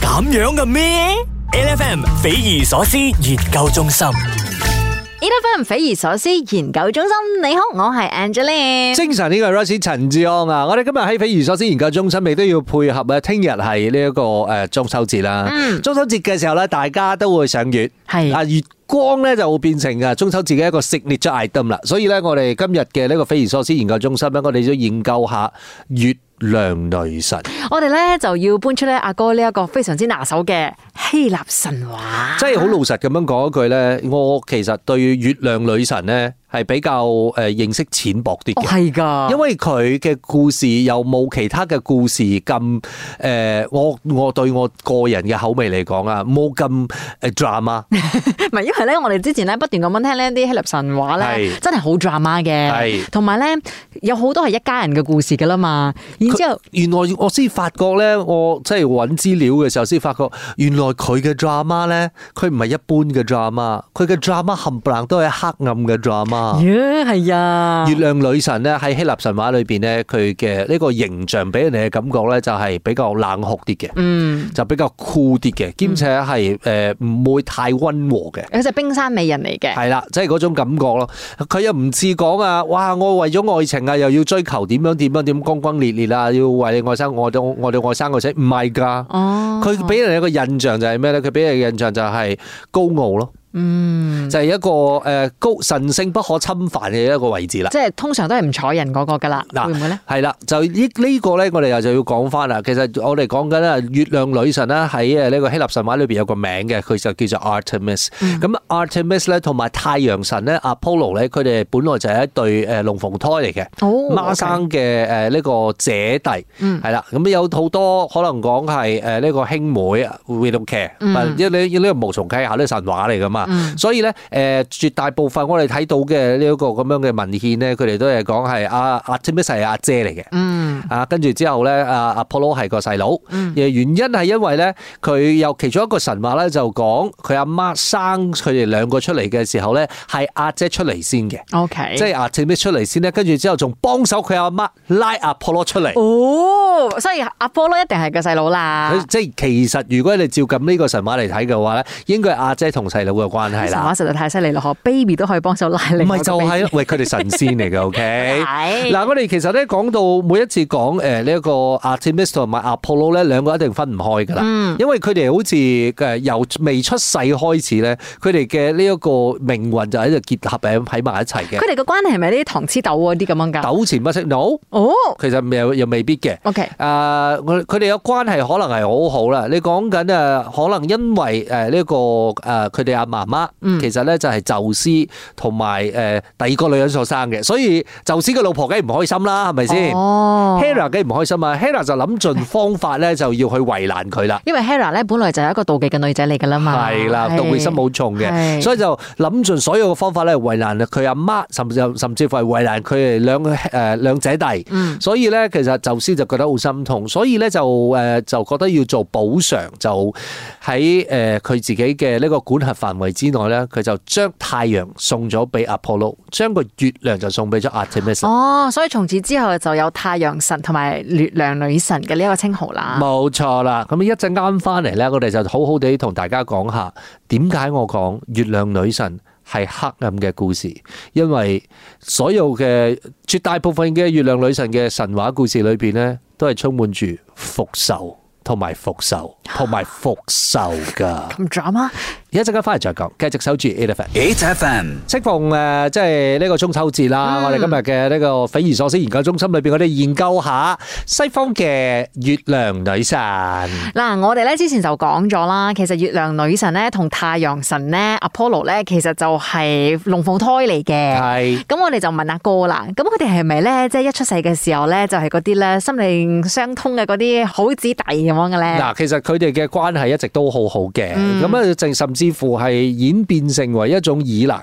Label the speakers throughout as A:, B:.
A: 咁樣嘅咩？LFM 匪夷所思研究中心，
B: e d 匪夷所思研究中心，你好，我係 Angeline。
C: 精神呢個係 Rosie 陳志安啊！我哋今日喺匪夷所思研究中心，亦都要配合啊！聽日係呢一個誒中秋節啦，
B: 嗯
C: 中秋節嘅時候咧，大家都會賞月，
B: 係
C: 啊月光咧就會變成啊中秋節嘅一個 signature item 啦。所以咧，我哋今日嘅呢個匪夷所思研究中心咧，我哋都研究下月亮女神，
B: 我哋咧就要搬出咧阿哥呢一個非常之拿手嘅希臘神話，
C: 真係好老實咁樣講一句咧，我其實對月亮女神咧係比較誒認識淺薄啲
B: 哦
C: 嘅。
B: 係噶，
C: 因為佢嘅故事又冇其他嘅故事咁誒、呃我我對我個人嘅口味嚟講啊，冇咁誒 drama，
B: 唔係因為咧，我哋之前咧不斷咁樣聽呢啲希臘神話咧，
C: 係
B: 真係好 drama 嘅，
C: 係
B: 同埋咧有好多係一家人嘅故事噶啦嘛，然之後。
C: 原來我先發覺咧，我即係揾資料嘅時候先發覺，原來佢嘅 drama 咧，佢唔係一般嘅 drama，佢嘅 drama 冚唪唥都係黑暗嘅 drama。
B: 耶，係啊
C: 月，亮女神咧喺希臘神話裏邊咧，佢嘅呢個形象俾人哋嘅感覺咧就係比較冷酷啲嘅，
B: 嗯，
C: 就比較酷啲嘅，兼且係誒唔會太溫和嘅。
B: 佢就冰山美人嚟嘅，
C: 係啦，即係嗰種感覺咯。佢又唔似講啊，哇！我為咗愛情啊，又要追求點樣點樣點轟轟烈烈啊，要為你愛生愛到愛到愛生愛死，唔係㗎。
B: 哦，
C: 佢俾人一個印象就係咩咧？佢俾人嘅印象就係高傲咯，
B: 嗯，
C: 就係一個誒高神聖不可侵犯嘅一個位置啦。
B: 即係通常都係唔睬人嗰個噶啦，
C: 嗱
B: 會唔會咧？
C: 係啦，就呢呢個咧，我哋又就要講翻啦。其實我哋講緊啊，月亮女神啦，喺呃誒呢個希臘神話裏邊有個名嘅，佢就叫做 Artemis。咁 Artemis 咧，同埋太陽神咧，Apollo 咧，佢哋本來就係一對誒龍鳳胎嚟嘅。
B: 哦
C: 孖
B: OK
C: 生嘅誒呢個姐弟，
B: 嗯
C: 係啦，咁有好多可能講係誒呢個兄妹啊，we don't care，
B: 嗯
C: 但因為呢個無從稽考，呢個神話嚟噶嘛，
B: 嗯
C: 所以咧誒絕大部分我哋睇到嘅呢一個咁樣嘅文獻咧，佢哋都係講係阿阿 t i m 係阿姐嚟嘅。
B: 嗯，
C: 啊，跟住之後咧，阿阿 Apollo 係個細佬，
B: 嗯
C: 原因係因為咧，佢有其中一個神話咧，就講佢阿媽生佢哋兩個出嚟嘅時候咧，係阿姐出嚟先嘅。
B: O K，
C: 即係阿 t i m 出嚟先咧，跟住之後仲幫手佢阿媽拉阿 Polo 出嚟。
B: 哦，所以阿波羅一定係個細佬啦。
C: 佢即係其實如果你照咁呢個神話嚟睇嘅話咧，應該係阿姐同細佬嘅關係
B: 神話
C: 啦。
B: 實在太犀利啦，嗬！baby 都可以幫手拉你。
C: 唔係就係咯，喂，佢哋神仙嚟嘅 ，OK。
B: 係
C: 嗱，我哋其實咧講到每一次講誒呢一個 Artemis 同埋 Apollo 咧，兩個一定分唔開㗎啦，
B: 嗯
C: 因為佢哋好似誒由未出世開始咧，佢哋嘅呢一個命運就喺度結合喺喺埋一齊嘅
B: 佢，哋嘅關係係咪啲糖黐豆嗰啲咁樣㗎？
C: 糾纏不清。No，
B: 哦
C: 其實又又未必嘅。
B: ，OK，
C: 誒，呃我佢哋嘅關係可能係好好啦。你講緊誒，呃可能因為誒呢個誒佢哋阿媽
B: 嗯
C: 媽，其實咧就係宙斯同埋誒第二個女人所生嘅，所以宙斯嘅老婆梗係唔開心啦，係咪先
B: 哦
C: ？Hera 梗係唔開心啊！Hera 就諗盡方法咧，就要去為難佢啦。
B: 因為 Hera 咧本來就係一個妒忌嘅女仔嚟㗎啦啊嘛，
C: 係啦，妒忌心好重
B: 係
C: 嘅，所以就諗盡所有嘅方法咧，為難啊佢阿媽，甚至甚至乎係為難佢哋兩誒兩姐弟。
B: 嗯
C: 所以咧，其實宙斯就覺得好心痛，所以咧就誒、呃就覺得要做補償，就喺誒佢自己嘅呢個管轄範圍之內咧，佢就將太陽送咗俾 Apollo，將個月亮就送俾咗 Artemis。
B: 哦，所以從此之後就有太陽神同埋月亮女神嘅呢一個稱號啦。
C: 冇錯啦，咁一陣啱翻嚟咧，我哋就好好地同大家講下點解我講月亮女神係黑暗嘅故事，因為所有嘅絕大部分嘅月亮女神嘅神話故事裏邊咧，都係充滿住復仇同埋復仇同埋復仇噶。
B: 咁 drama，
C: 一陣間翻嚟再講，繼續守住 e l e p h a n
A: ，HFM
C: 適逢誒，即係呢個中秋節啦，我哋今日嘅呢個匪夷所思研究中心裏邊，我哋研究下西方嘅月亮女神。
B: 嗱，我哋咧之前就講咗啦，其實月亮女神咧同太陽神咧 Apollo 咧，其實就係龍鳳胎嚟嘅。
C: 係。
B: 咁我哋就問阿哥啦，咁佢哋係咪咧，即係一出世嘅時候咧，就係嗰啲咧心靈相通嘅嗰啲好子弟咁樣嘅咧？
C: 嗱，其實佢哋嘅關係一直都好好嘅，咁啊、正甚至乎係演變成為一種依賴，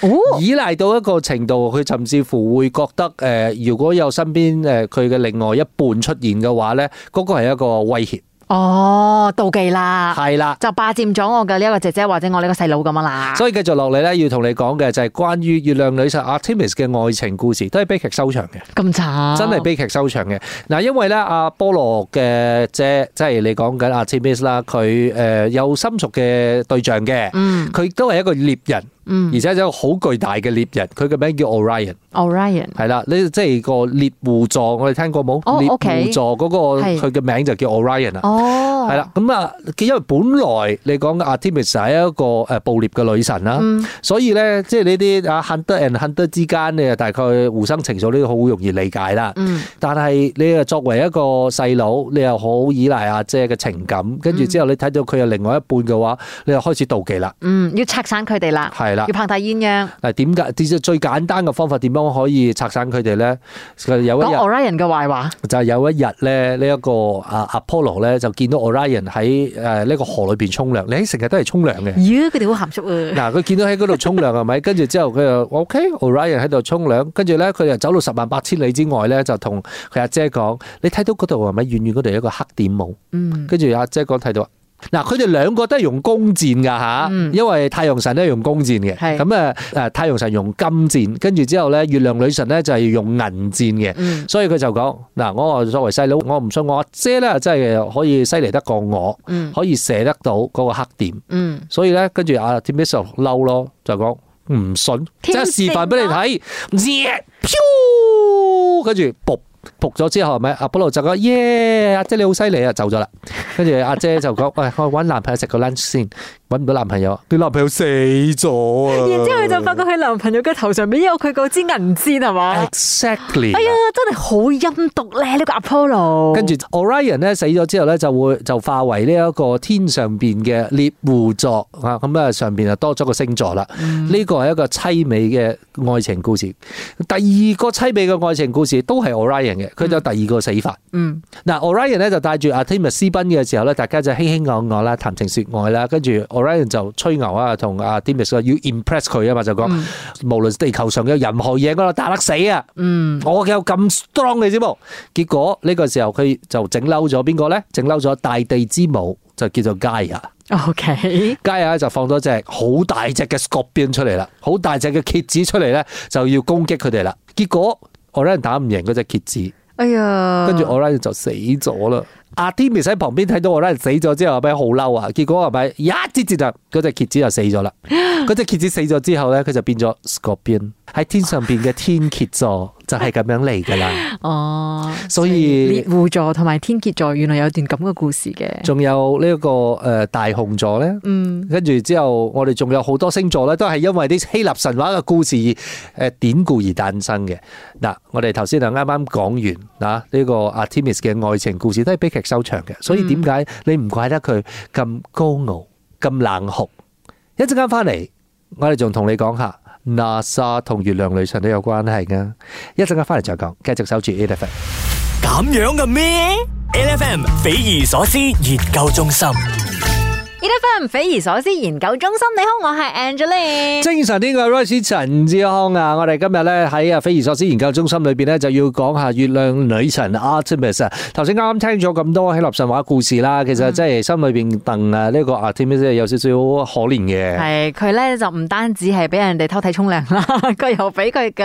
B: 哦，
C: 依賴到一個程度，佢甚至乎會覺得誒、呃呃如果有身邊誒佢嘅另外一半出現嘅話咧，嗰、個係一個威脅。啊
B: 哦，妒忌啦，
C: 係啦。
B: 就霸佔咗我嘅呢一個姐姐或者我呢個細佬咁樣啦。
C: 所以繼續落嚟咧，要同你講嘅就係關於月亮女神 Artemis 嘅愛情故事，都係悲劇收場嘅。
B: 咁慘，
C: 真係悲劇收場嘅。嗱，因為咧阿波羅嘅姐，即係你講緊阿 t i m i s 啦，佢誒有心屬嘅對象嘅，
B: 嗯
C: 佢都係一個獵人，
B: 嗯
C: 而且係一個好巨大嘅獵人，佢嘅名叫 Orion，
B: ，Orion
C: 係啦，呢即係個獵戶座，我哋聽過冇？
B: 哦
C: 獵
B: OK
C: 戶座嗰
B: 係
C: 個佢嘅名就叫 Orion 啦。
B: 哦，
C: 係啦，咁啊，因為本來你講嘅 Artemis 係一個誒捕獵嘅女神啦，
B: 嗯
C: 所以咧即係呢啲啊 hunter and hunter 之間嘅大概互生情愫呢個好容易理解啦。
B: 嗯
C: 但係你又作為一個細佬，你又好依賴阿姐嘅情感，跟住之後你睇到佢有另外一半嘅話，你又開始妒忌啦，
B: 嗯，要拆散佢哋啦，
C: 係啦
B: 要。拍大鴛鴦。
C: 嗱，點解？啲最簡單嘅方法點樣可以拆散佢哋咧？就啊有一
B: 講
C: 日
B: Orion 嘅壞話，
C: 就係有一日咧，呢一個啊 Apollo 咧就見到 Orion 喺誒呢個河裏邊沖涼，你成日都係沖涼嘅。
B: 咦，佢哋好鹹濕啊！
C: 嗱，佢見到喺嗰度沖涼係咪？跟住之後佢又 OK，Orion 喺度沖涼，跟住咧佢就走到十萬八千里之外咧，就同佢阿姐講：你睇到嗰度係咪？遠遠嗰度有一個黑點冇？
B: 嗯，
C: 跟住阿姐講睇到。嗱，佢哋兩個都係用弓箭㗎吓，
B: 嗯
C: 因為太陽神都係用弓箭嘅，
B: 係
C: 咁啊誒太陽神用金箭，跟住之後咧月亮女神咧就係用銀箭嘅，
B: 嗯
C: 所以佢就講嗱，我作為細佬，我唔信我阿姐咧真係可以犀利得過我，
B: 嗯
C: 可以射得到嗰個黑點，
B: 嗯，
C: 所以咧跟住阿 t i m i s 就嬲咯，就講唔信，即
B: 天
C: 係
B: 性
C: 示範俾你睇，
B: 啊
C: 耶，飄，跟住噗仆咗之後係咪？阿波羅就講耶，阿姐你好犀利啊，走咗啦。跟住阿姐就講，喂，我揾男朋友食個 lunch 先，揾唔到男朋友，佢男朋友死咗啊。
B: 然之後佢就發覺佢男朋友嘅頭上面有佢嗰支銀箭係嘛？
C: exactly
B: 哎。呀，真係好陰毒咧！呢個 Apollo，
C: 跟住 Orion 咧死咗之後咧，就會就化為呢一個天上邊嘅獵戶座啊，咁啊上邊就多咗個星座啦。呢個係一個凄美嘅愛情故事。第二個凄美嘅愛情故事都係 Orion 嘅，佢就有第二個死法。
B: 嗯
C: 嗱，Orion 咧就帶住 Artemis 私奔嘅時候咧，大家就卿卿我我啦，談情説愛啦，跟住 Orion 就吹牛啊，同 Artemis 話要 impress 佢啊嘛，就講、無論地球上有任何嘢，我都打得死啊！
B: 嗯
C: 我有咁 strong 嘅啫噃，結果呢個時候佢就整嬲咗邊個咧？整嬲咗大地之母，就叫做 Gaia。
B: ，OK，
C: Gaia 就放咗隻好大隻嘅 scorpion 出嚟啦，好大隻嘅蝎子出嚟咧，就要攻擊佢哋啦。結果 Orion 打唔贏嗰只蝎子，
B: 哎呀，
C: 跟住 Orion 就死咗啦。Artemis 喺旁邊睇到 Orion 死咗之後，係咪好嬲啊？結果係咪一支箭就嗰隻蝎子就死咗啦？嗰隻蝎子死咗之後咧，佢就變咗 scorpion 喺天上邊嘅天蝎座，就係咁樣嚟噶啦。
B: 哦，
C: 所
B: 獵
C: 以
B: 戶座同埋天蝎座原來有段咁嘅故事嘅，
C: 仲有呢、一個誒大熊座咧，
B: 嗯
C: 跟住之後我哋仲有好多星座咧，都係因為啲希臘神話嘅故事而誒典故而誕生嘅。嗱，我哋頭先就啱啱講完嗱呢個 Artemis 嘅愛情故事都係悲劇收場嘅，所以點解你唔怪得佢咁高傲、咁冷酷？一陣間翻嚟，我哋仲同你講下 NASA 同月亮女神都有關係噶。一陣間翻嚟再講，繼續守住 A F M。
A: 咁樣嘅咩？L F M 匪夷所思研究中心。
B: e f m 匪夷所思研究中心，你好，我係 Angeline。
C: 精神呢個 Rice 陳志康啊，我哋今日咧喺啊匪夷所思研究中心裏邊咧就要講下月亮女神 Artemis 啊。頭先啱啱聽咗咁多希臘神話故事啦，其實
B: 嗯
C: 真係心裏邊鄧啊呢個 Artemis 真係有少少可憐嘅。
B: 係啊佢咧就唔單止係俾人哋偷睇沖涼啦， 佢又俾佢嘅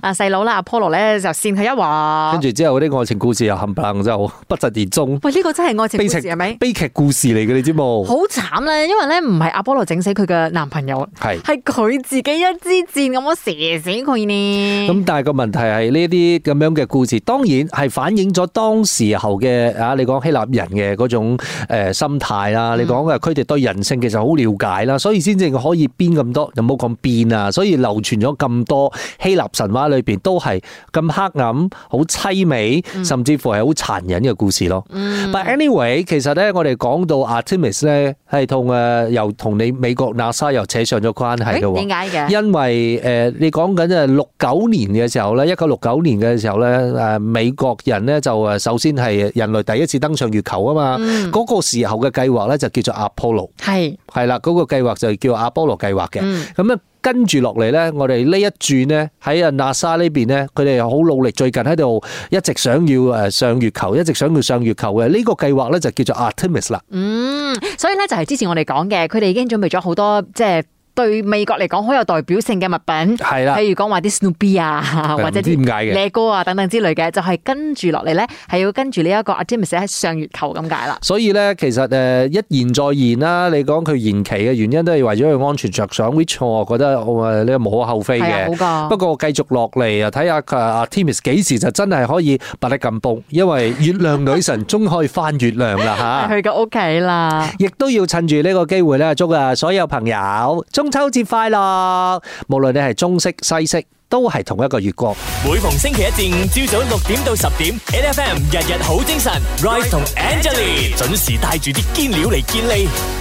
B: 啊細佬啦阿 Polo 咧就扇佢一話
C: 跟。住之後嗰啲愛情故事又冚唪唥就不疾而終，
B: 喂，呢、個真係愛情
C: 悲
B: 故事
C: 情
B: 係咪？
C: 悲劇故事嚟嘅，你知冇？
B: 好慘咧，因為咧唔係阿波羅整死佢嘅男朋友，
C: 係。
B: 係佢自己一支箭咁樣射死佢呢。
C: 咁但係個問題係呢啲咁樣嘅故事，當然係反映咗當時候嘅啊，你講希臘人嘅嗰種誒心態啦，你講嘅佢哋對人性其實好了解啦，所以先至可以編咁多，又冇咁變啊，所以流傳咗咁多希臘神話裏邊都係咁黑暗、好凄美，甚至乎係好殘忍嘅故事咯。But
B: 嗯
C: anyway，其實咧，我哋講到 Artemis 咧，係同誒又同你美國 NASA 又扯上咗關係嘅
B: 誒
C: 喎
B: 嗯點。解嘅？
C: 因為誒、呃你講緊誒六九年嘅時候咧，一九六九年嘅時候咧，誒、美國人咧就誒首先係人類第一次登上月球啊嘛，
B: 嗯
C: 嗰、個時候嘅計劃咧就叫做 Apollo，
B: 係
C: 係啦，嗰、個計劃就叫阿波羅計劃嘅，
B: 嗯
C: 咁咧、跟住落嚟咧，我哋呢一轉咧喺啊 NASA 呢邊咧，佢哋好努力，最近喺度一直想要誒上月球，一直想要上月球嘅呢、個計劃咧就叫做 Artemis 啦。
B: 嗯，所以咧就係之前我哋講嘅，佢哋已經準備咗好多即係對美國嚟講好有代表性嘅物品。
C: 係啦，
B: 譬如講話啲 Snoopy 啊，
C: 啊係
B: 或者
C: 唔知點解嘅
B: 嘅歌啊等等之類嘅，就係跟住落嚟咧，係要跟住呢一個 Artemis 喺上月球咁解啦。
C: 所以咧，其實誒呃一延再延啦，你講佢延期嘅原因都係為咗佢安全着想，which 我覺得我誒呢個無可厚非
B: 係啊，
C: 嘅。
B: 好
C: 不
B: 噶。
C: 過繼續落嚟啊，睇下佢阿 Timis 幾時就真係可以拔得咁崩，因為月亮女神終可以翻月亮啦 吓，
B: 係去嘅屋企啦，
C: 亦都要趁住呢個機會咧，祝啊所有朋友中秋節快樂！無論你係中式西式，都係同一個月光。
A: 每逢星期一至五朝早六點到十點，N F M 日日好精神，Rise 同 Angelie 準時帶住啲堅料嚟健利。